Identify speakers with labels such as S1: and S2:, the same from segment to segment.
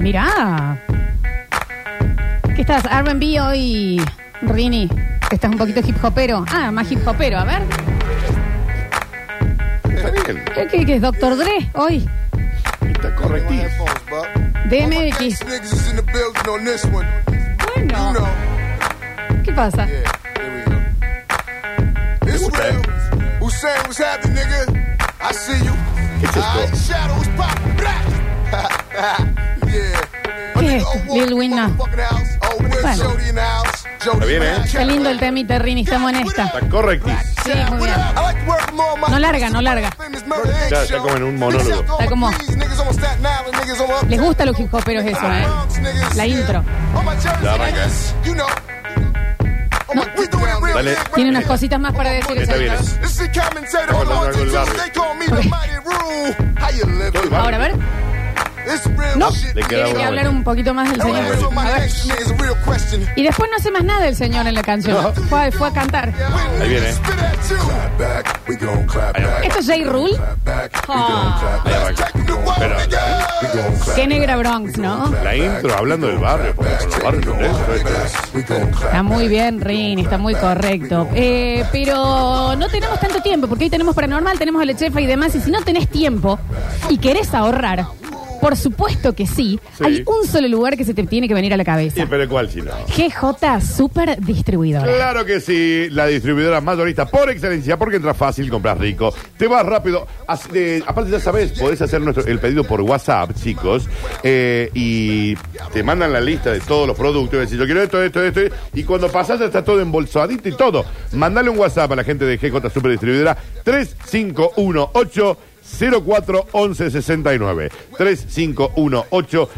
S1: mira. ¿Qué estás? R&B hoy, Rini. Estás un poquito hip hopero. Ah, más hip hopero, a ver.
S2: Está bien.
S1: ¿Qué, qué- qué es Doctor Dre hoy?
S2: Está correctísimo.
S1: DMX.
S3: Niggas in the building on this one. You
S1: Bueno,
S3: know.
S1: ¿qué pasa?
S3: Yeah, there we go. It's
S2: What's
S3: real. Hussein, what's happening, nigga? I see you.
S2: It's just
S3: Alright,
S2: cool.
S3: shadows pop black. yeah.
S1: ¿Qué es esto? Lil Wayne, no.
S3: Oh,
S1: Bueno.
S3: Está
S2: bien, ¿eh?
S1: Está lindo el temita, Rini, estamos en esta.
S2: Está correctísimo.
S1: Sí, muy bien. No larga, no larga.
S2: Ya, está como en un monólogo.
S1: Está como- Les gusta los hip hoperos eso, ¿eh? La intro.
S2: Ya arranca. Dale.
S1: Tiene unas cositas más para decir.
S2: Está bien.
S1: señor. Ahora, a ver. No.
S2: Le queda
S1: Tiene que
S2: uno.
S1: hablar un poquito más del
S3: No,
S1: señor.
S3: eso,
S1: A ver. Y después no hace más nada el señor en la canción. Fue, fue a cantar.
S2: Ahí viene.
S1: ¿Esto es J. Rule? Ah. Qué negra Bronx, ¿no?
S2: La intro hablando del barrio, porque con los barrios ¿eh? no es-
S1: Está muy bien, Rini, está muy correcto. Eh, pero no tenemos tanto tiempo, porque hoy tenemos Paranormal, tenemos a la chefa y demás. Y si no tenés tiempo y querés ahorrar, por supuesto que sí,
S2: Sí.
S1: hay un solo lugar que se te tiene que venir a la
S2: Sí,
S1: cabeza.
S2: pero ¿cuál si no?
S1: GJ Super Distribuidora.
S2: Claro que sí, la distribuidora mayorista por excelencia, porque entras fácil, compras rico, te vas rápido. Así de- aparte, ya sabes, podés hacer nuestro, el pedido por WhatsApp, chicos, eh, y te mandan la lista de todos los productos. Y decís, yo quiero esto, esto, esto, y cuando pasas ya está todo embolsadito y todo. Mandale un WhatsApp a la gente de GJ Super Distribuidora 3518. 04 11 69 3518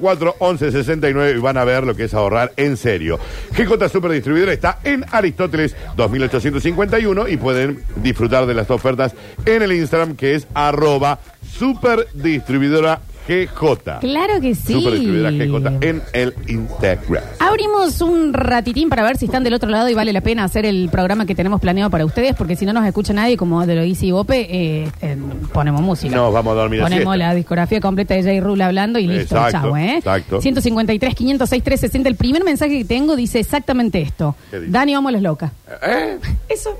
S2: 04 11 69 y van a ver lo que es ahorrar en serio. GJ Super Distribuidor está en Aristóteles 2851 y pueden disfrutar de las ofertas en el Instagram que es arroba superdistribuidora GJ.
S1: Claro que sí.
S2: Superdistribuidora GJ en el Instagram.
S1: Abrimos un ratitín para ver si están del otro lado y vale la pena hacer el programa que tenemos planeado para ustedes, porque si no nos escucha nadie, como de lo dice Ivope, eh, eh, ponemos música.
S2: Nos vamos a dormir a
S1: Ponemos
S2: siesta.
S1: la discografía completa de J. Rule hablando y listo,
S2: Exacto,
S1: chao, ¿eh?
S2: exacto.
S1: 153, 506, 360. El primer mensaje que tengo dice exactamente esto.
S2: ¿Qué dice?
S1: Dani, vamos a las locas.
S2: ¿Eh?
S1: Eso.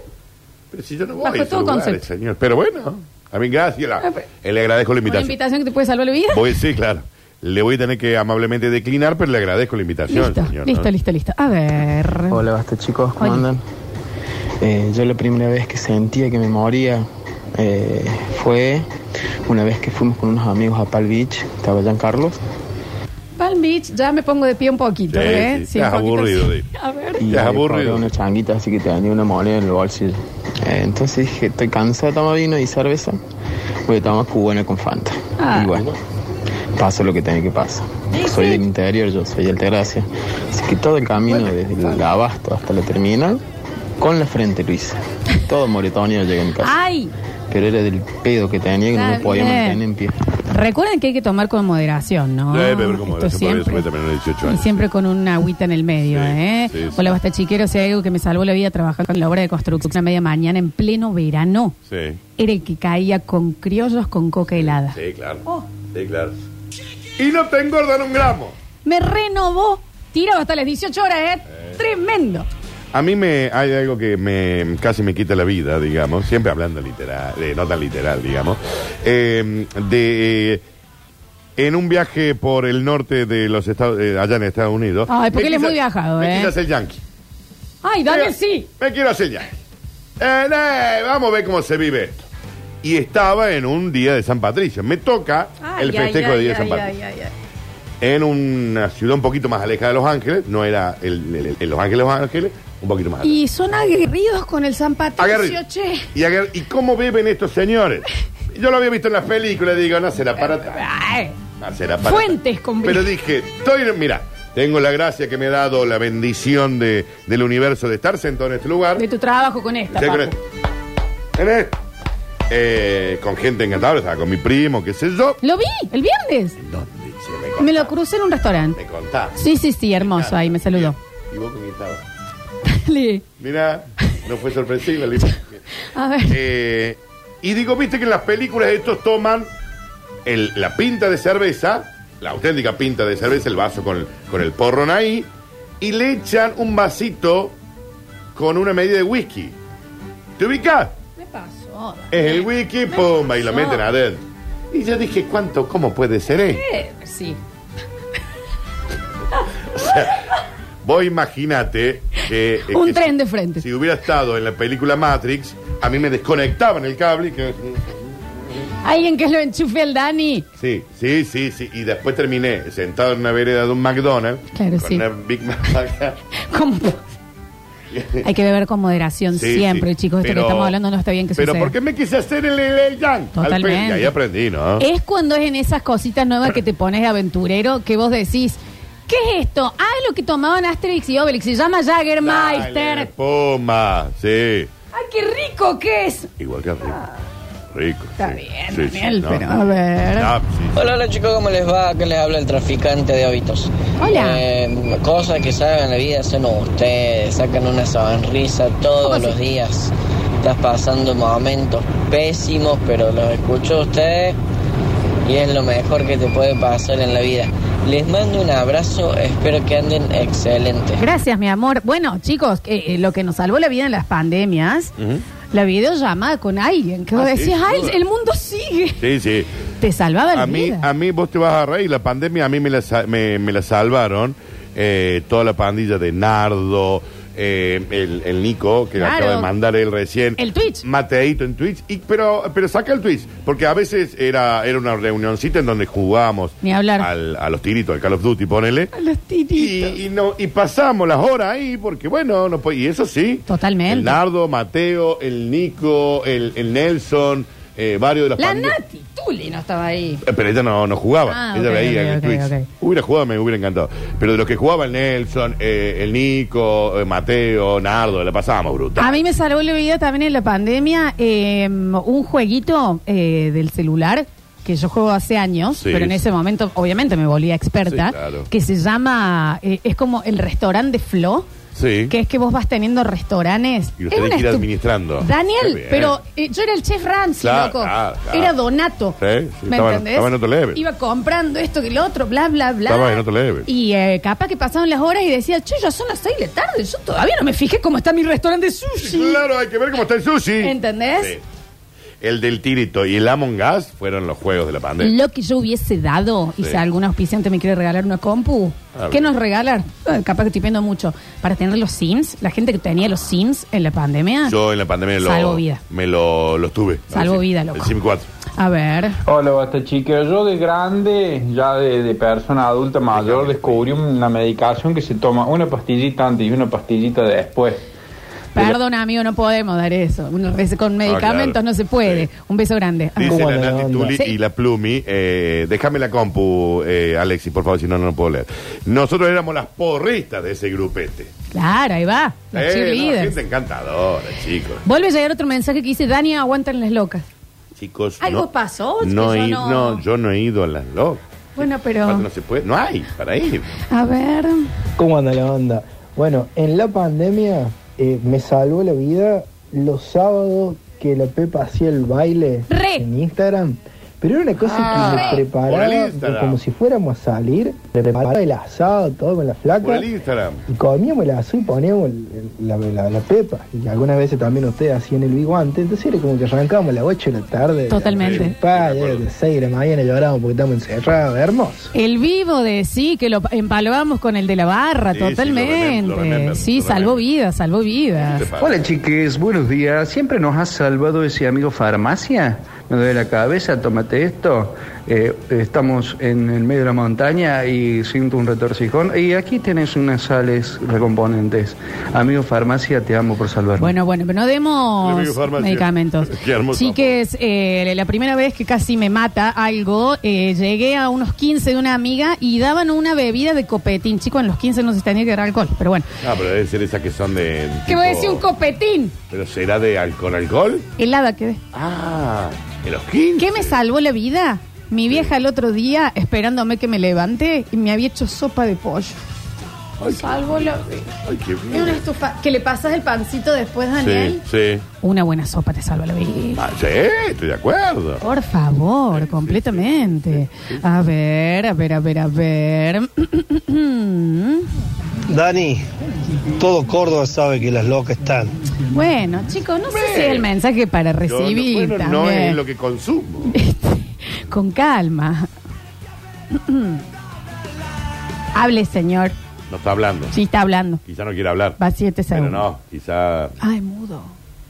S2: Pero si yo no voy
S1: Bajo
S2: a esos
S1: todo
S2: lugares,
S1: concepto. Ah,
S2: señor. Pero bueno, a mí gracias. la- eh, le agradezco
S1: Una
S2: la invitación.
S1: invitación que te puede salvar la vida.
S2: Voy, sí, claro. Le voy a tener que amablemente declinar, pero le agradezco la invitación,
S1: listo,
S2: señor. ¿no?
S1: listo, listo, listo. A ver.
S4: Hola, basta chicos, ¿cómo
S1: Hola.
S4: andan? Eh, yo la primera vez que sentía que me moría eh, fue una vez que fuimos con unos amigos a Pal Beach, estaba Carlos,
S1: Palm Beach, ya me pongo de pie un poquito,
S2: Sí,
S1: ¿eh?
S2: sí, estás
S1: un poquito
S2: aburrido,
S1: sí.
S2: sí.
S1: A ver.
S4: y
S2: Ya es
S4: eh,
S2: aburrido.
S4: colgué una changuita, así que tenía una moneda en el bolsillo. Eh, entonces dije, estoy cansado de tomar vino y cerveza, voy a tomar cubana con Fanta.
S1: Ah.
S4: Y bueno, pasó lo que tenía que pasar. Soy del interior, yo soy de Altagracia. Así que todo el camino desde el abasto hasta la terminal, con la frente, Luisa. Todo moretón llegué a mi casa.
S1: ¡Ay!
S4: Pero era del pedo que tenía que no
S1: Ah. Está
S4: me podía
S1: bien.
S4: mantener en pie.
S1: Recuerden que hay que tomar con moderación, ¿no?
S2: Debe beber con
S1: Esto
S2: moderación, porque
S1: siempre.
S2: eso también los 18 años.
S1: Y siempre con una agüita en el medio,
S2: Sí,
S1: ¿eh?
S2: sí, sí.
S1: Hola, basta chiquero, si hay algo que me salvó la vida trabajando en la obra de construcción a media mañana en pleno verano,
S2: Sí.
S1: era el que caía con criollos con coca helada.
S2: Sí, claro.
S1: Oh.
S2: Sí, claro. Y no te engordan un gramo.
S1: Me renovó, tiraba hasta las 18 horas, ¿eh? Tremendo.
S2: A mí me hay algo que me casi me quita la vida, digamos, siempre hablando literal, eh, no tan literal, digamos, eh, de eh, en un viaje por el norte de los Estados, eh, allá en Estados Unidos.
S1: Ay, porque
S2: me
S1: él es
S2: quise-
S1: muy viajado,
S2: Me
S1: ¿eh?
S2: quise hacer yankee.
S1: ¡Ay,
S2: Me-
S1: dale sí!
S2: Me quiero hacer yankee. Eh, eh, vamos a ver cómo se vive esto. Y estaba en un día de San Patricio. Me toca
S1: Ay,
S2: el
S1: ay,
S2: festejo
S1: ay,
S2: de día de
S1: ay,
S2: San Patricio.
S1: ay, ay, ay.
S2: en una ciudad un poquito más alejada de Los Ángeles, no era el, el- el- Los Ángeles, Los Ángeles, un poquito más alejada.
S1: Y son aguerridos con el San Patricio,
S2: Agarri-
S1: che.
S2: y, agar- ¿Y cómo beben estos señores? Yo lo había visto en las películas, digo, no será para tanto,
S1: Ay.
S2: no será para
S1: Fuentes
S2: tanto.
S1: con-
S2: Pero dije, estoy, mira, tengo la gracia que me ha dado la bendición de- del universo de estar sentado en este lugar.
S1: De tu trabajo con esta,
S2: Sí, con
S1: papu.
S2: este. En este. Eh, con gente encantadora, estaba con mi primo, qué sé yo.
S1: Lo vi el viernes.
S2: ¿Dónde? se me
S1: Me lo
S2: contaba?
S1: crucé en un restaurante.
S2: Me contaba.
S1: Sí, sí, sí, hermoso. Ahí me saludó.
S2: ¿Y vos con quién estabas?
S1: Dale.
S2: Mira, no fue sorpresiva. Lili.
S1: A ver.
S2: Eh, y digo, viste que en las películas estos toman el- la pinta de cerveza la auténtica pinta de cerveza, el vaso con, con el porrón ahí, y le echan un vasito con una medida de whisky. ¿Te ubicas?
S1: Me pasó.
S2: Es el whisky,
S1: Me
S2: pumba, y lo
S1: pasó.
S2: meten adentro. Y yo dije, ¿cuánto? ¿Cómo puede ser? eh?
S1: Eh, sí.
S2: Vos imaginate que... eh,
S1: Un
S2: que
S1: tren
S2: si-
S1: de frente.
S2: Si hubiera estado en la película Matrix, a mí me desconectaban el cable y que...
S1: Alguien que lo enchufe al Dani.
S2: Sí, sí, sí, sí. Y después terminé sentado en una vereda de un McDonald's.
S1: Claro,
S2: con
S1: sí.
S2: una Big Mac acá.
S1: ¿Cómo? Hay que beber con moderación
S2: Sí,
S1: siempre,
S2: sí.
S1: chicos. Esto
S2: Pero-
S1: que estamos hablando no está bien que
S2: Pero
S1: suceda.
S2: ¿por qué me quise hacer el Eleyang?
S1: Totalmente.
S2: Y ahí aprendí, ¿no?
S1: Es cuando es en esas cositas nuevas que te pones de aventurero que vos decís, ¿qué es esto? Ah, lo que tomaban Asterix y Obelix. Se llama
S2: Dale,
S1: Jagermeister.
S2: Puma, sí.
S1: ¡Ay, qué rico que es!
S2: Igual que rico. Rico.
S1: Ah. Está
S2: sí.
S1: bien,
S2: Sí,
S1: Daniel,
S2: sí, no.
S1: pero a ver.
S2: No, sí, sí.
S5: Hola, hola chicos, ¿cómo les va? Acá les habla el traficante de hábitos.
S1: Hola.
S5: Eh, cosas que sacan la vida son ustedes, sacan una sonrisa
S1: ¿Cómo
S5: todos
S1: así?
S5: los días. Estás pasando momentos pésimos, pero los escucho a ustedes y es lo mejor que te puede pasar en la vida. Les mando un abrazo, espero que anden excelentes.
S1: Gracias, mi amor. Bueno, chicos, eh, eh, lo que nos salvó la vida en las pandemias,
S2: Ujú.
S1: la videollamada con alguien. Que vos
S2: Ah, sí,
S1: decías,
S2: sin
S1: ¡ay,
S2: duda.
S1: el mundo sigue!
S2: Sí, sí.
S1: Te salvaba la
S2: A mí,
S1: vida.
S2: a mí, vos te vas a reír. La pandemia a mí me la, sa- me, me la salvaron. eh, toda la pandilla de Nardo, eh, el, el Nico, que
S1: Claro.
S2: acaba de mandar él recién.
S1: El Twitch.
S2: Mateito en Twitch. Y, pero, pero saca el Twitch, porque a veces era, era una reunioncita en donde jugábamos.
S1: Ni hablar.
S2: al- a los tiritos, al Call of Duty, ponele.
S1: A los tiritos.
S2: Y, y no, y pasamos las horas ahí, porque bueno, no po- y eso sí.
S1: Totalmente.
S2: El Nardo, Mateo, el Nico, el, el Nelson, eh, varios de las
S1: La
S2: pandi-
S1: Nati Tuli no estaba ahí.
S2: Eh, Pero ella no, no jugaba,
S1: Ah,
S2: ella
S1: ok,
S2: veía
S1: ok,
S2: en el
S1: ok,
S2: Twitch.
S1: ok.
S2: Hubiera jugado, me hubiera encantado. Pero de los que jugaba el Nelson, eh, el Nico, eh, Mateo, Nardo, la pasábamos brutal.
S1: A mí me salvó la vida también en la pandemia eh, un jueguito eh, del celular que yo juego hace años,
S2: Sí.
S1: pero en ese momento obviamente me volví experta,
S2: Sí, claro.
S1: que se llama, eh, es como el restaurante de Flo,
S2: Sí.
S1: que es que vos vas teniendo restaurantes.
S2: Y los
S1: Es
S2: tenés
S1: una
S2: que ir
S1: estu-
S2: administrando. Qué
S1: Daniel,
S2: bien.
S1: pero eh, yo era el chef Ramsey,
S2: Claro,
S1: loco.
S2: claro, claro.
S1: Era Donato.
S2: Sí, sí, estaba en- estaba en otro level.
S1: Iba comprando esto que el otro, bla, bla, bla.
S2: Estaba en otro level.
S1: Y eh, capaz que pasaban las horas y decía, che, ya son las seis de la tarde, yo todavía no me fijé cómo está mi restaurante de sushi.
S2: Claro, hay que ver cómo está el sushi.
S1: ¿Entendés?
S2: Sí. El del tirito y el Among Us fueron los juegos de la pandemia.
S1: Lo que yo hubiese dado, y
S2: Sí.
S1: si algún auspiciante me quiere regalar una compu,
S2: A
S1: ¿qué
S2: ver.
S1: nos regalar? Eh, capaz que estoy pidiendo mucho. Para tener los Sims, la gente que tenía los Sims en la pandemia.
S2: Yo en la pandemia lo,
S1: Salvo Ah. vida.
S2: me lo, los tuve.
S1: Salvo
S2: Sí.
S1: vida, loco.
S2: El Sim 4.
S1: A ver.
S6: Hola, basta chiquero. Yo de grande, ya de, de persona adulta mayor, descubrí una medicación que se toma una pastillita antes y una pastillita después.
S1: Perdón, amigo, no podemos dar eso. Una vez Con medicamentos
S2: Ah, claro.
S1: no se puede.
S2: Sí.
S1: Un beso grande. Ah.
S2: Dice
S6: ¿Cómo
S2: la
S6: le
S2: Nati
S6: onda?
S2: Tuli
S1: Sí.
S2: y la Plumi. eh, déjame la compu, eh, Alexis, por favor, si no, no lo puedo leer. Nosotros éramos las porristas de ese grupete.
S1: Claro, ahí va. Los
S2: Eh, no,
S1: cheerleaders.
S2: gente encantadora, chicos.
S1: Vuelve a llegar otro mensaje que dice, Dani, aguantan las locas.
S2: Chicos,
S1: ¿Algo
S2: no-
S1: pasó? Es
S2: No,
S1: que yo
S2: he-
S1: no-
S2: no, yo no he ido a las locas.
S1: Bueno,
S2: Aparte,
S1: pero...
S2: No se puede, no hay para ir.
S1: A ver.
S7: ¿Cómo anda la onda? Bueno, en la pandemia eh, me salvó la vida los sábados que la Pepa hacía el baile
S1: Re.
S7: en Instagram. Pero era una cosa
S2: Ah,
S7: que me
S2: por el
S7: preparaba
S2: Instagram.
S7: como si fuéramos a salir, preparaba el asado, todo con la
S2: Por
S7: flaca,
S2: el Instagram.
S7: y comíamos el asado y poníamos el- el- la, la- la Pepa. Y algunas veces también ustedes hacían el biguante, entonces era como que arrancábamos a las 8 de la tarde.
S1: Totalmente.
S7: la chupada, ya era las 6 de la mañana llorábamos porque estábamos encerrados, hermoso.
S1: El vivo de sí, que lo empalvamos con el de la barra,
S2: Sí, sí, lo
S1: totalmente. Sí,
S2: remem- lo Este remember, lo
S1: salvó
S2: remember.
S1: vidas, salvó vidas.
S2: ¿Qué te pasa?
S8: Hola chiques, buenos días. Siempre nos ha salvado ese amigo farmacia. Me duele la cabeza, tómate esto. Eh, estamos en el medio de la montaña y siento un retorcijón. Y aquí tenés unas sales recomponentes. Amigo farmacia, te amo por salvarme.
S1: Bueno, bueno, pero no
S2: Le pido
S1: demos
S2: farmacia.
S1: medicamentos.
S2: Qué hermoso.
S1: Chiques, eh, la primera vez que casi me mata algo, eh, llegué a unos 15 de una amiga y daban una bebida de copetín. Chico, en los 15 no se tenía que dar alcohol, pero bueno.
S2: Ah, pero debe ser esas que son de.
S1: ¿Qué voy a decir un copetín?
S2: ¿Pero será de alcohol, alcohol?
S1: Helada quedé.
S2: Ah, de los 15.
S1: ¿Qué me salvó la vida? Mi vieja el otro día, esperándome que me levante, y me había hecho sopa de pollo. Salvo la vida.
S2: Ay, qué
S9: Es una estufa. Que le pasas el pancito después,
S2: Sí,
S9: Daniel.
S2: sí.
S1: Una buena sopa te salva la vida.
S2: Ah, sí, estoy de acuerdo.
S1: Por favor, completamente. A ver, a ver, a ver, a ver.
S10: Dani, todo Córdoba sabe que las locas están.
S1: Bueno, chicos, no sé si es el mensaje para
S2: Yo no-
S1: recibir.
S2: bueno, no
S1: también.
S2: es lo que consumo.
S1: Con calma. Hable, señor.
S2: No está hablando.
S1: Sí, está hablando.
S2: Quizá no quiera hablar.
S1: Va siete
S2: Pero
S1: segundos.
S2: no, quizá.
S1: Ay, mudo.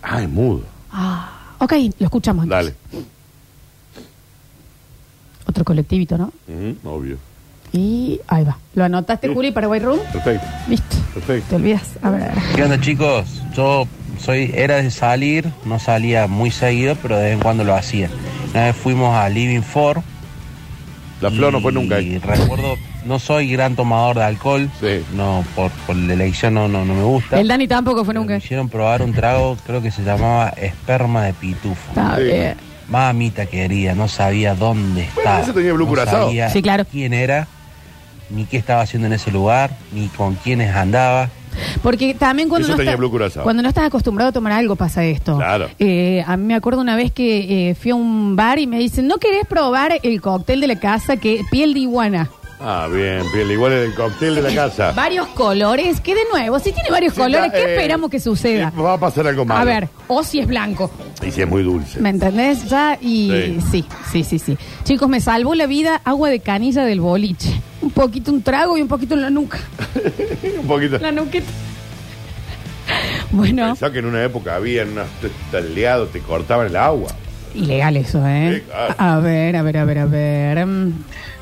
S2: Ah, es mudo.
S1: Ah. Ok, lo escuchamos.
S2: Dale.
S1: entonces. Otro colectivito, ¿no?
S2: Ujú, obvio.
S1: Y ahí va. ¿Lo anotaste,
S2: Sí.
S1: Juli, Paraguay Room?
S2: Perfecto.
S1: Listo.
S2: Perfecto.
S1: Te olvidas. A ver.
S4: ¿Qué onda chicos? Yo soy, era de salir, no salía muy seguido, pero de vez en cuando lo hacía. Una vez fuimos a Living For.
S2: La flor no fue nunca
S4: Y
S2: ahí.
S4: recuerdo, no soy gran tomador de alcohol.
S2: Sí.
S4: No, por, por la elección no, no, no me gusta.
S1: El Dani tampoco fue
S4: Pero
S1: nunca.
S4: Me hicieron probar un trago, creo que se llamaba esperma de pitufo.
S1: Está eh,
S2: Sí.
S1: bien.
S4: Mamita querida, no sabía dónde
S2: Bueno,
S4: estaba.
S2: ese tenía blue
S4: no
S2: curazao.
S4: sabía
S1: Sí, claro.
S4: quién era, ni qué estaba haciendo en ese lugar, ni con quiénes andaba.
S1: Porque también cuando
S2: Eso
S1: no,
S2: tenía
S1: estás-
S2: Blue Curazao.
S1: cuando no estás acostumbrado a tomar algo pasa esto.
S2: Claro.
S1: Eh, a mí me acuerdo una vez que eh, fui a un bar y me dicen, ¿no querés probar el cóctel de la casa que piel de iguana?
S2: Ah, bien, bien. Igual es el cóctel de la casa.
S1: Varios colores, que de nuevo, si tiene varios
S2: Ah. Sí,
S1: colores,
S2: ya,
S1: ¿qué
S2: eh,
S1: esperamos que suceda?
S2: sí, Va a pasar algo malo.
S1: A ver, o si es blanco,
S2: Y si es muy dulce.
S1: ¿me entendés? Ya, y sí. sí, sí, sí, Chicos, me salvó la vida agua de canilla del boliche. Un poquito un trago y un poquito en la nuca.
S2: Un poquito.
S1: La nuqueta. Bueno,
S2: Pensaba que en una época había unos taleados, te cortaban el agua.
S1: ilegal eso, ¿eh?
S2: Sí, claro.
S1: A ver, a ver, a ver, a ver. Mm,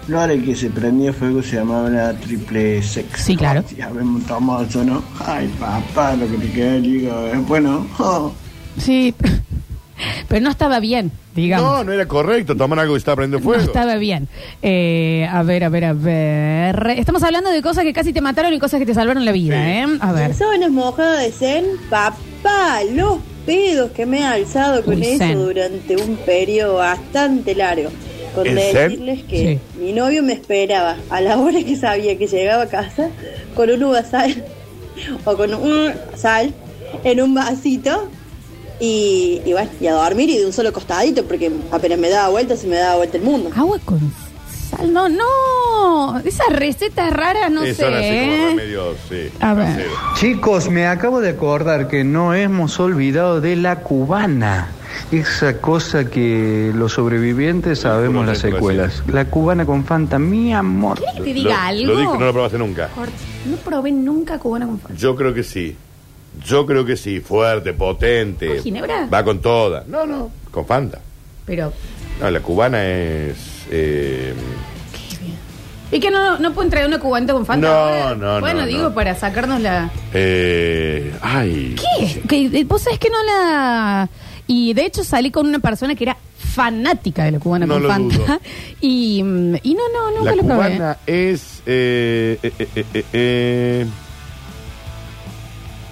S10: No era el que se prendía fuego, se llamaba la triple sex.
S1: Sí, claro.
S2: Ah,
S10: Ya vemos tomado eso, ¿no? Ay, papá, lo que te queda del hígado es bueno. oh.
S1: Sí, pero no estaba bien, digamos.
S2: No, no era correcto. Toman algo que está prendiendo
S1: No
S2: fuego.
S1: estaba bien. Eh, a ver, a ver, a ver. Estamos hablando de cosas que casi te mataron y cosas que te salvaron la vida,
S2: Sí.
S1: ¿eh? A ver.
S9: Zonas mojadas de zen, papá, los pedos que me he alzado con
S1: Uy,
S9: eso
S1: zen.
S9: durante un periodo bastante largo. Con
S2: ¿El zen?
S9: decirles que
S1: Sí.
S9: mi novio me esperaba a la hora que sabía que llegaba a casa con un uva sal o con un sal en un vasito y, y bueno, y a dormir y de un solo costadito porque apenas me daba vuelta se me daba vuelta el mundo.
S1: Agua con sal. No, no. Esas recetas raras, no sé.
S2: Eso era así como
S1: ¿eh?
S2: remedios, sí.
S1: A ver.
S2: caseros.
S8: Chicos, me acabo de acordar que no hemos olvidado de la cubana. Esa cosa que los sobrevivientes sabemos las secuelas. La cubana con Fanta, mi amor.
S1: ¿Querés que te diga
S2: Lo-
S1: algo?
S2: Lo dijo, no lo probaste nunca.
S1: Corte. No probé nunca cubana con Fanta.
S2: Yo creo que sí. Yo creo que sí. Fuerte, potente.
S1: ¿Con ginebra?
S2: Va con toda. No, no. Con Fanta.
S1: Pero.
S2: No, la cubana es. eh,
S1: ¿Y que no, no pueden traer una cubana con Fanta?
S2: No,
S1: ahora?
S2: no,
S1: Bueno,
S2: no,
S1: digo,
S2: no.
S1: para sacarnos la.
S2: eh, ay.
S1: ¿Qué es? Que, eh, Vos sabés que no la... Y de hecho salí con una persona que era fanática de la cubana
S2: No
S1: con
S2: lo
S1: Fanta.
S2: dudo.
S1: Y, mm, y no, no, nunca
S2: La
S1: lo probé.
S2: cubana es. eh, eh, eh, eh, eh, eh.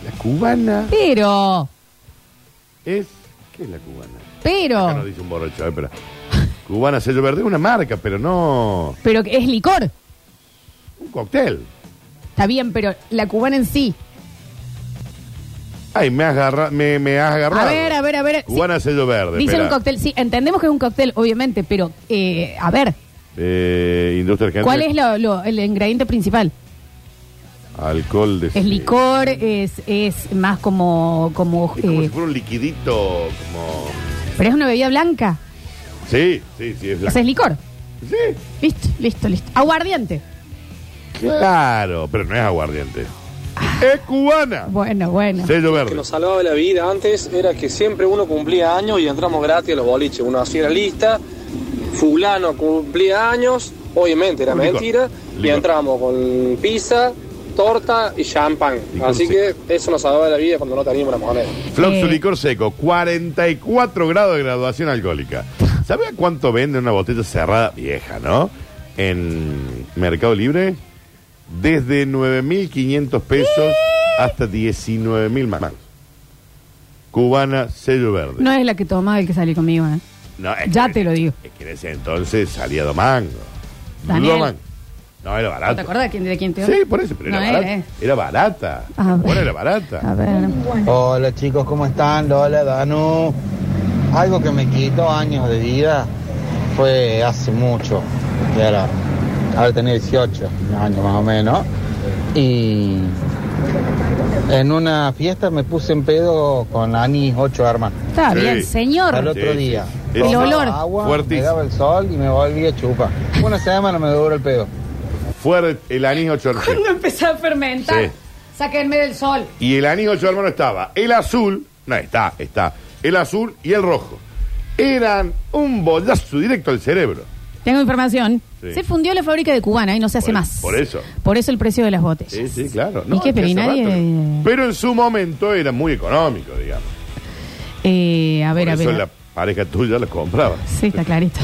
S2: La cubana
S1: Pero,
S2: es. ¿Qué es la cubana? Acá
S1: pero,
S2: nos dice un borracho, eh, espera. Cubana sello verde, una marca, pero no.
S1: pero que es licor.
S2: Un cóctel.
S1: Está bien, pero la cubana en sí.
S2: Ay, me has, agarra- me, me has agarrado.
S1: A ver, a ver, a ver.
S2: Cubana sello verde.
S1: Dicen un
S2: espera.
S1: cóctel, sí, entendemos que es un cóctel, obviamente, pero, eh, a ver,
S2: Eh, industria argentina.
S1: ¿cuál es lo- lo- el ingrediente principal?
S2: Alcohol de.
S1: Es licor, es, es más como... como
S2: Es como
S1: eh,
S2: si fuera un liquidito, como...
S1: pero es una bebida blanca.
S2: Sí, sí, sí, es
S1: O
S2: blanco.
S1: sea, es licor.
S2: Sí,
S1: Listo, listo, listo. Aguardiente.
S2: claro, pero no es aguardiente. Es cubana.
S1: Bueno, bueno.
S2: Sello verde.
S11: salvaba la vida antes era que siempre uno cumplía años y entramos gratis a los boliches. Uno hacía la lista, fulano cumplía años, obviamente era
S2: Un licor.
S11: mentira, y
S2: Licor.
S11: entramos con pizza, torta y champán.
S2: Licor
S11: Así que eso nos salvaba la vida cuando no teníamos una moneda.
S2: Flox
S1: Eh.
S2: licor seco, 44 grados de graduación alcohólica. ¿Sabes cuánto vende una botella cerrada vieja, no? En Mercado Libre, desde 9.500 pesos hasta 19.000 más. Cubana, sello verde.
S1: No es la que toma el que salió conmigo, ¿eh?
S2: No, es
S1: Ya
S2: que-
S1: te lo digo.
S2: Es que en ese entonces salía Domango.
S1: Daniel.
S2: Domango. No, era
S1: ¿Te
S2: barata.
S1: acordás de quién, de quién te
S2: Sí, por eso, pero era
S1: No,
S2: barata.
S1: él, eh.
S2: Era barata.
S1: A
S2: Bueno,
S1: ver.
S2: era barata.
S1: A ver.
S12: Hola chicos, ¿cómo están? Hola Danu. Algo que me quitó años de vida fue hace mucho, ya era, ahora tenía 18 años más o menos, y en una fiesta me puse en pedo con Ani ocho armas.
S1: Está bien, señor.
S12: Al otro
S1: Sí, sí.
S12: día.
S1: El
S12: tomaba
S1: olor.
S12: Agua,
S2: Fuertísimo.
S12: me daba el sol y me volvía chupa. Una semana me duró el pedo.
S2: Fuera el anís ocho hermanos.
S1: Cuando empezó a fermentar,
S2: Sí.
S1: sáquenme del sol.
S2: Y el anís ocho hermanos estaba. El azul, no está, está. El azul y el rojo. Eran un bollazo directo al cerebro.
S1: Tengo información.
S2: Sí.
S1: Se fundió la fábrica de Cubana y no se hace más.
S2: Por eso.
S1: Por eso el precio de las botellas.
S2: Sí, sí, claro.
S1: ¿Y qué,
S2: es que
S1: pero y
S2: hace
S1: nadie-
S2: rato. Pero en su momento era muy económico, digamos.
S1: Eh, a ver,
S2: Por
S1: a
S2: eso
S1: ver.
S2: la pareja tuya los compraba.
S1: Sí, está clarito.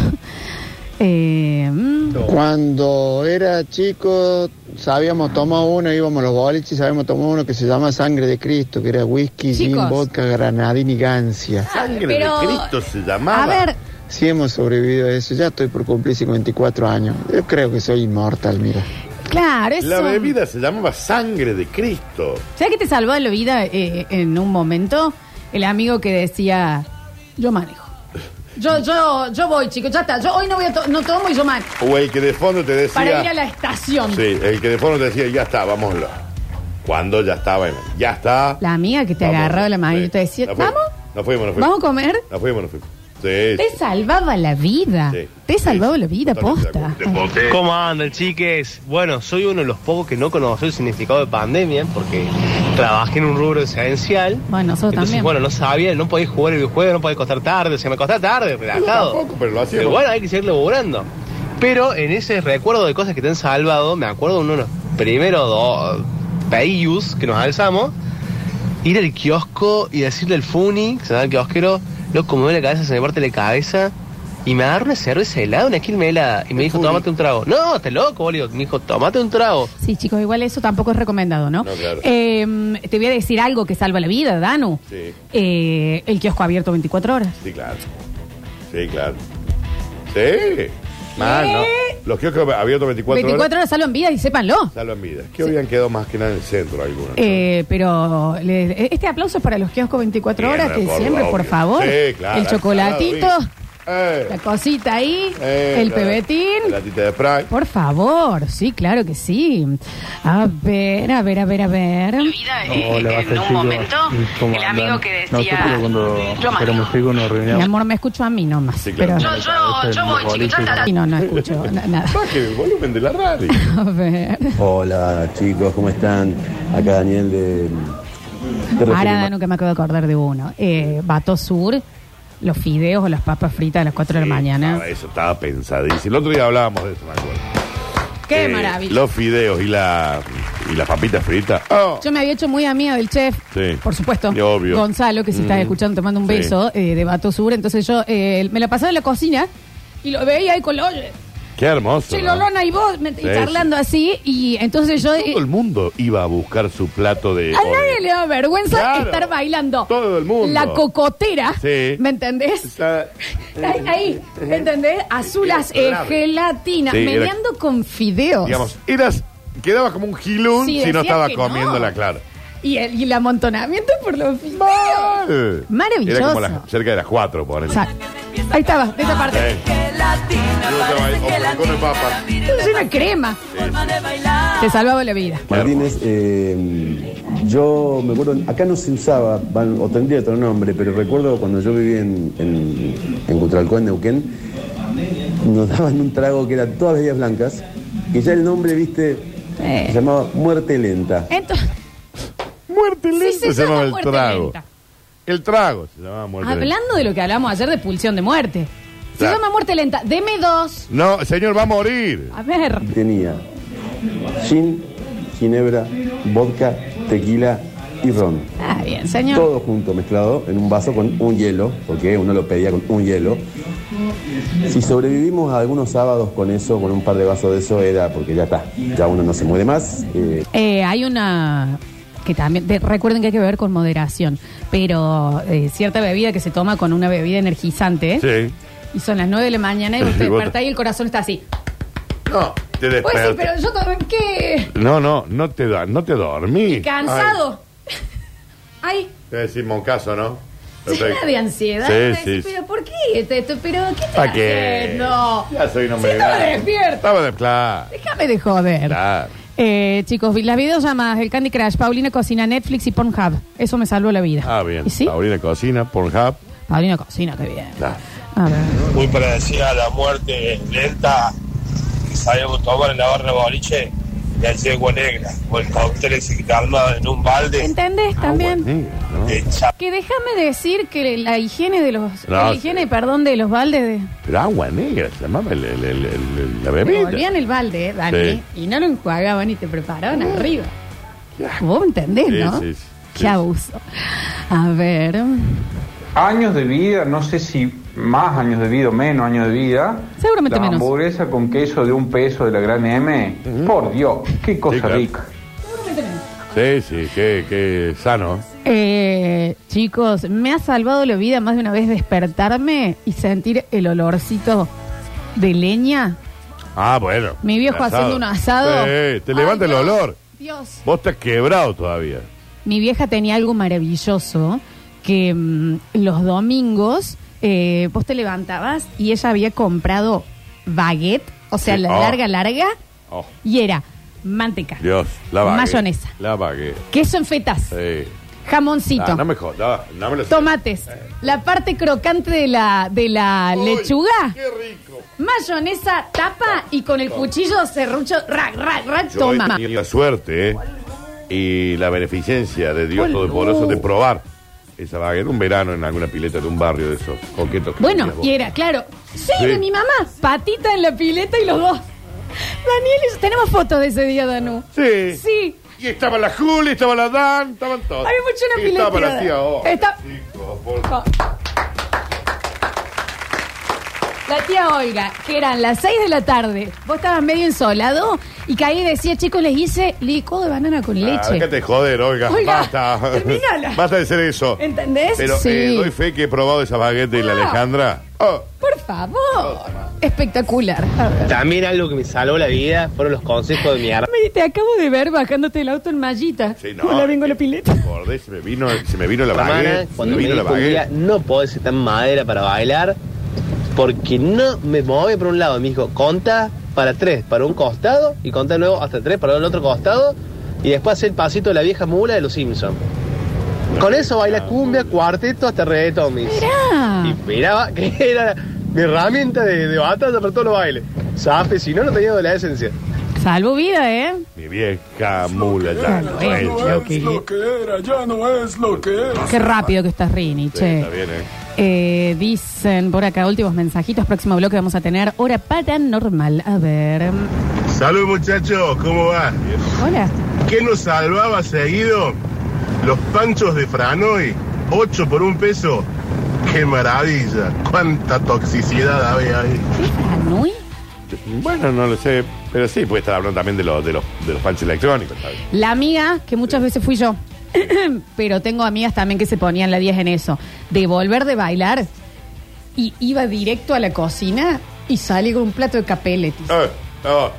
S1: Eh, mm,
S12: Cuando era chico, sabíamos tomar uno, íbamos a los boliches, sabíamos tomar uno que se llama Sangre de Cristo, que era whisky,
S1: Chicos.
S12: gin, vodka, granadina y gancia.
S2: Sangre
S1: Pero-
S2: de Cristo se llamaba.
S1: a ver,
S12: Si hemos sobrevivido a eso, ya estoy por cumplir 54 años. Yo creo que soy inmortal, mira.
S1: claro, eso.
S2: La bebida se llamaba sangre de Cristo.
S1: ¿Sabes qué te salvó de la vida eh, en un momento? El amigo que decía, yo manejo. Yo, yo, yo voy, chicos, ya está. Yo hoy no voy a to- no tomo y yo manejo.
S2: O el que de fondo te decía.
S1: Para ir a la estación.
S2: Sí, el que de fondo te decía, ya está, vámonos. Cuando ya estaba en. Ya está.
S1: La amiga que te
S2: Vamos,
S1: agarraba la mano
S2: sí.
S1: y te decía,
S2: Nos fuimos,
S1: vamos,
S2: Nos fuimos, nos fuimos.
S1: vamos a comer.
S2: Nos fuimos, nos fuimos. Sí.
S1: Te salvaba la vida.
S13: Sí.
S1: Te salvaba la vida, posta.
S13: ¿Cómo andan, chiques? Bueno, soy uno de los pocos que no conoció el significado de pandemia porque trabajé en un rubro esencial.
S1: Bueno, nosotros
S13: Entonces,
S1: también.
S13: bueno, no sabía, no podía jugar el videojuego, no podía acostar tarde, se me acostaba tarde, relajado.
S2: tampoco, pero lo hacíamos.
S13: Pero bueno, hay que seguir laburando. Pero en ese recuerdo de cosas que te han salvado, me acuerdo de uno de los primeros dos pedidos que nos alzamos, ir al kiosco y decirle al Funi, que se llama el kiosquero, loco, me duele la cabeza, se me parte la cabeza. Y me agarró una cerveza helada, una esquina helada. Y me dijo, tomate un trago. No, estás loco, boludo. Me dijo, tomate un trago.
S1: Sí, chicos, igual eso tampoco es recomendado, ¿no?
S13: No, claro.
S1: Eh, te voy a decir algo que salva la vida, Danu.
S2: Sí.
S1: Eh, el kiosco abierto 24 horas.
S2: Sí, claro. Sí, claro. Sí. Más, ¿no? Los kioscos abiertos 24,
S1: 24
S2: horas.
S1: horas salvan vidas y sépanlo.
S2: Salvan vidas. Que habían quedado más que nada en el centro algunos.
S1: Eh, pero le- este aplauso es para los kioscos 24
S2: Bien,
S1: horas que
S2: por
S1: siempre,
S2: favor.
S1: por favor.
S2: Sí, claro,
S1: el chocolatito,
S2: claro, Eh,
S1: la cosita ahí,
S2: eh,
S1: el
S2: la-
S1: pebetín.
S2: La tita de Sprite.
S1: Por favor, sí, claro que sí. A ver, a ver, a ver, a ver.
S8: Hola, basta, chicos. ¿Cómo
S1: el
S8: andan?
S1: amigo que decía,
S8: Nosotros
S1: "Yo
S8: cuando éramos chicos nos
S1: Mi
S8: reuníamos.
S1: amor, me escucho a mí nomás.
S8: claro.
S1: pero-
S8: Yo- yo- yo voy, chicos, ya está.
S1: Y No, no escucho na- nada.
S2: Baje el volumen de la radio.
S1: A ver.
S14: Hola chicos, ¿cómo están? Acá Daniel de... de
S1: Ahora, Danu, que me acabo de acordar de uno. Eh, Bato Sur, los fideos o las papas fritas a las 4 de la mañana.
S2: Estaba- Ah, Eso estaba pensadísimo. El otro día hablábamos de eso, me acuerdo.
S1: ¡Qué
S2: Eh,
S1: maravilla!
S2: Los fideos y la y las papitas fritas. Oh,
S1: Yo me había hecho muy amiga del chef,
S2: sí.
S1: por supuesto.
S2: Y obvio.
S1: Gonzalo, que si estás
S2: Mm.
S1: escuchando, te mando un
S2: Sí.
S1: beso eh, de Bato Sur. Entonces yo eh, me la pasaba en la cocina y lo veía ahí con los...
S2: Qué hermoso.
S1: Che,
S2: ¿no?
S1: Lolona y vos, me- y
S2: Sí,
S1: charlando así. Y entonces yo... eh,
S2: Todo el mundo iba a buscar su plato de.
S1: a nadie le da vergüenza
S2: Claro.
S1: estar bailando. Todo
S2: el mundo.
S1: La cocotera.
S2: Sí.
S1: ¿Me entendés? Ahí, ahí, ¿entendés? Azulas, eh,
S2: Claro.
S1: gelatina,
S2: Sí, era-
S1: meneando con fideos.
S2: Digamos, eras, quedabas como un gilún
S1: Sí,
S2: si no
S1: decías
S2: estaba
S1: que no.
S2: comiéndola, claro.
S1: Y el, y el amontonamiento por los fideos.
S2: Eh,
S1: Maravilloso.
S2: Era como las- cerca de las cuatro, por
S1: O sea, ahí estaba, de esta parte.
S2: con el papa.
S1: Es una crema. Te salvaba la vida.
S14: Martínez, eh, yo me acuerdo, acá no se usaba, van- o tendría otro nombre, pero recuerdo cuando yo vivía en, en, en Cutralcó, en Neuquén, nos daban un trago que era todas bebidas blancas, que ya el nombre, viste, se llamaba Muerte Lenta.
S1: Entonces,
S2: muerte
S1: lenta. Sí,
S2: se
S1: se llama
S2: llamaba el
S1: muerte
S2: trago.
S1: lenta.
S2: El trago se llamaba muerte.
S1: Hablando de lo que hablamos ayer de pulsión de muerte. Se
S2: Claro.
S1: llama muerte lenta. Deme dos.
S2: lenta. No, señor, va a morir.
S1: A ver.
S14: Tenía gin, ginebra, vodka, tequila y ron.
S1: Ah, bien, señor.
S14: Todo junto, mezclado en un vaso con un hielo, porque uno lo pedía con un hielo. Si sobrevivimos a algunos sábados con eso, con un par de vasos de eso, era porque ya está, ya uno no se muere más. eh,
S1: Eh, hay una que también, de- recuerden que hay que beber con moderación, pero eh, cierta bebida que se toma con una bebida energizante
S2: Sí.
S1: y son las 9 de la mañana y usted
S2: Y vos-
S1: desperta y el corazón está así.
S2: No. Te
S1: Pues sí,
S2: despertas.
S1: pero yo con qué
S2: No, no, no te da, no te dormí.
S1: cansado. Ay,
S2: Ay, te decimos un caso, ¿no?
S1: llena de ansiedad.
S2: Sí,
S1: Decís,
S2: sí, sí.
S1: Pero ¿por qué? Te- te- ¿Pero qué te
S2: ¿Para qué?
S1: No.
S2: Ya soy un hombre
S1: Sí, estaba
S2: grande.
S1: despierto.
S2: Estaba de claro.
S1: Déjame de joder.
S2: claro.
S1: Eh, chicos, vi- las videollamadas, el Candy Crush, Paulina cocina, Netflix y Pornhub. Eso me salvó la vida.
S2: Ah, bien.
S1: ¿Y sí?
S2: Paulina cocina, Pornhub.
S1: Paulina cocina, qué bien.
S2: Nah.
S1: A ver.
S14: muy parecida a la muerte lenta que sabíamos tomar en la barra de boliche de la yegua negra o el cóctel ese que te arma en un balde.
S1: ¿Entendés
S2: Ah,
S1: también?
S14: de cha-
S1: Que déjame decir que la higiene de los.
S2: No,
S1: la higiene, perdón, de los baldes. De,
S2: Pero agua negra se llamaba el- el- el- el-
S1: te
S2: la bebida.
S1: volvían el balde, eh, Dani. Y no lo enjuagaban y te preparaban
S2: Mm.
S1: arriba. Vos entendés,
S8: Sí,
S1: ¿no?
S8: sí, sí,
S1: Qué abuso. A ver.
S8: Años de vida, no sé si más años de vida o menos años de vida.
S1: Seguramente
S8: la
S1: menos.
S8: hamburguesa con queso de un peso de la gran M. Por Dios, qué cosa
S2: claro.
S8: rica.
S2: Sí, sí, qué, qué sano.
S1: Eh, chicos, me ha salvado la vida más de una vez despertarme y sentir el olorcito de leña.
S2: Ah, bueno.
S1: Mi viejo
S2: El
S1: haciendo un asado.
S2: Sí, te levanta el olor.
S1: Dios.
S2: Vos estás quebrado todavía.
S1: Mi vieja tenía algo maravilloso que mm, los domingos eh, vos te levantabas y ella había comprado baguette, o sea,
S2: Sí.
S1: la
S2: Oh.
S1: larga, larga,
S2: Oh,
S1: y era manteca,
S2: Dios, la vagué.
S1: Mayonesa.
S2: La vagué.
S1: queso en fetas,
S2: Sí.
S1: jamoncito,
S2: Ah, no me jodas, no me lo
S1: tomates, la parte crocante de la, de la lechuga.
S2: Qué rico.
S1: Mayonesa, tapa y con el cuchillo serrucho, rac, rac, rac,
S2: Yo he
S1: toma.
S2: tenido la suerte eh, y la beneficencia de Dios
S1: Boludo.
S2: Todopoderoso de probar esa baguette un verano en alguna pileta de un barrio de esos coquetos. que
S1: Bueno,
S2: tenías vos.
S1: y era, claro, sí,
S2: Sí.
S1: de mi mamá, patita en la pileta y los dos. Daniel, y- tenemos fotos de ese día, Danu.
S2: Sí.
S1: Sí.
S2: Y estaba la Juli, estaba la Dan, estaban todos.
S1: Había mucho una
S2: Y
S1: pileta.
S2: Estaba la tía O.
S1: Está-
S2: Chicos, por-
S1: Oh. La tía Olga, que eran las 6 de la tarde, vos estabas medio ensolado y caí y decía, chicos, les hice licor de banana con
S2: Ah,
S1: leche.
S2: déjate de joder, Olga.
S1: Oiga,
S2: Basta.
S1: terminala.
S2: Basta de ser eso.
S1: ¿Entendés?
S2: Pero
S1: Sí. Ah.
S2: eh, doy fe que he probado esa baguette y la
S1: No.
S2: Alejandra. Oh,
S1: Por favor. Espectacular. A ver.
S4: También algo que me salvó la vida fueron los consejos de mi hermano.
S1: Me- Te acabo de ver bajándote el auto en mallita.
S2: Sí, no. eh,
S1: Hola, vengo a la pileta.
S2: acordé, se me vino, se me vino la
S4: Hermana,
S2: baguette.
S4: cuando
S2: se
S4: me
S2: vino la
S4: dijo un día,
S2: baguette.
S4: no podés estar en madera para bailar, porque no me mueve por un lado. Me dijo, conta para tres, para un costado, y conta de nuevo hasta tres para el otro costado, y después hacer el pasito de la vieja mula de los Simpsons. Con eso baila cumbia, cuarteto, hasta reggaetón. me dice.
S1: Mirá.
S4: Y miraba que era mi herramienta de, de batalla para todos los bailes. Sabe, si no, no tenía de la esencia.
S1: Salvo vida, ¿eh?
S2: Mi vieja mula ya no eh.
S1: Bueno,
S2: es.
S1: bueno,
S2: Sí,
S1: ok.
S3: Lo que era, ya no es lo que era.
S1: Qué rápido que estás, Rini, che.
S2: Está bien, ¿eh?
S1: Eh, dicen por acá últimos mensajitos. Próximo bloque vamos a tener hora paranormal. A ver.
S15: Salud muchachos, ¿cómo va?
S1: Hola.
S15: ¿Qué nos salvaba seguido? Los panchos de Franoy, 8 por un peso. ¡Qué maravilla! ¡Cuánta toxicidad había ahí!
S1: ¿Franoy?
S2: Bueno, no lo sé, pero sí, puede estar hablando también de los, de los, de los panchos electrónicos. ¿sabes?
S1: La amiga, que muchas veces fui yo, pero tengo amigas también que se ponían la 10 en eso, de volver de bailar y iba directo a la cocina y salí con un plato de capelletis.
S2: Eh, oh,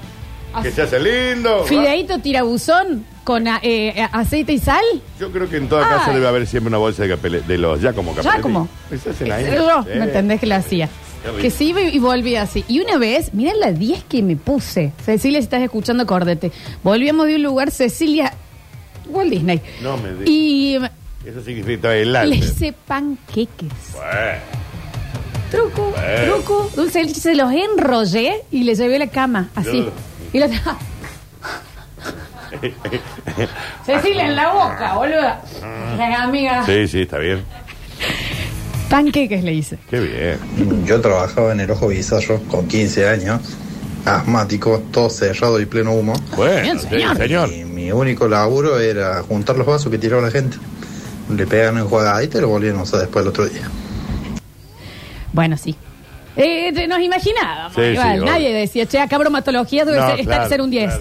S2: que se hace lindo.
S1: Fideíto tirabuzón con a- eh, a- aceite y sal.
S2: Yo creo que en toda casa debe haber siempre una bolsa de, capele- de los ya como
S1: Ya como. Eh, Yo, ¿me entendés que lo hacía?
S2: Qué rico.
S1: Que sí iba y volvía así. Y una vez, mirá la 10 que me puse. Cecilia, si estás escuchando, acórdate. Volvíamos de un lugar, Cecilia, Walt Disney.
S2: No me digas.
S1: Y mm,
S2: Eso significa el
S1: le
S2: lápiz.
S1: hice panqueques.
S2: Bueno,
S1: Truco,
S2: Bueno.
S1: truco, dulce de leche. Se los enrollé y le llevé a la cama, así.
S2: Yo-
S1: Y la Cecilia, en la boca, boluda. Ay, amiga.
S2: Ah. Sí, sí, está bien.
S1: Panqueques le hice.
S2: Qué bien.
S7: Yo trabajaba en el ojo bizarro con 15 años, asmático, todo cerrado y pleno humo.
S2: Bien, sí, señor. señor.
S7: Y mi único laburo era juntar los vasos que tiraba la gente. Le pegan en jugada y te lo volvían a usar después el otro día.
S1: Bueno, sí. Eh, te- nos imaginábamos.
S7: Sí, sí,
S1: igual.
S7: obvio.
S1: Nadie decía, che, acá bromatología debe
S7: No,
S1: ser, está
S7: claro,
S1: que ser un 10.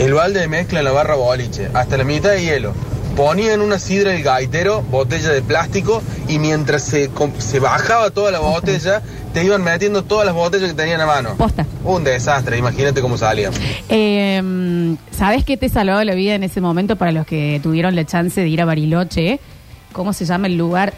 S7: El balde de mezcla en la barra boliche, hasta la mitad de hielo.
S16: ponía en una sidra el gaitero, botella de plástico, y mientras se, com- se bajaba toda la botella, te iban metiendo todas las botellas que tenían a mano. Un desastre, imagínate cómo salían.
S1: Eh, ¿Sabes qué te salvó la vida en ese momento para los que tuvieron la chance de ir a Bariloche? ¿Cómo se llama el lugar?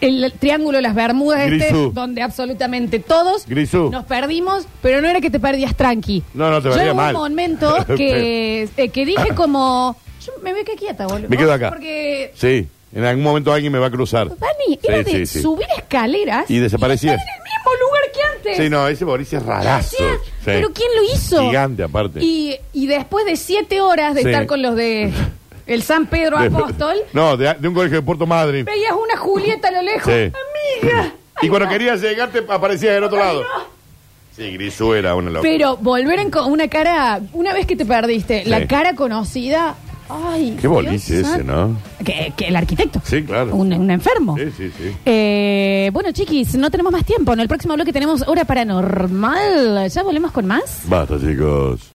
S1: El, Triángulo de las Bermudas, este,
S2: Grisú.
S1: donde absolutamente todos
S2: Grisú.
S1: nos perdimos, pero no era que te perdías tranqui.
S2: No, no, te
S1: Yo
S2: valía
S1: hubo
S2: mal.
S1: un momento que, eh, que dije como, yo me voy que quieta, boludo.
S2: Me quedo acá.
S1: Porque,
S2: Sí, en algún momento alguien me va a cruzar.
S1: Dani, era
S2: Sí,
S1: de
S2: sí, sí.
S1: subir escaleras
S2: Y desaparecía.
S1: en el mismo lugar que antes.
S2: Sí, no, ese Boris es rarazo.
S1: Gracias,
S2: Sí.
S1: Pero ¿quién lo hizo?
S2: Gigante, aparte.
S1: Y, y después de siete horas de
S2: Sí.
S1: estar con los de el San Pedro
S2: De-
S1: Apóstol,
S2: No, de, de un colegio de Puerto Madryn.
S1: veías una Julieta a lo lejos.
S2: Sí.
S1: Amiga.
S2: Y cuando querías llegar, te aparecías del otro lado. Sí, Grisú era una loca.
S1: Pero volver en co- una cara, una vez que te perdiste,
S2: Sí.
S1: la cara conocida. Ay,
S2: Qué boliche
S1: Dios
S2: ese,
S1: santo.
S2: ¿no?
S1: Que, que el arquitecto.
S2: Sí, claro.
S1: Un, un enfermo.
S2: Sí, sí, sí.
S1: Eh, bueno, chiquis, no tenemos más tiempo. En el próximo bloque tenemos hora paranormal. Ya volvemos con más.
S2: Basta, chicos.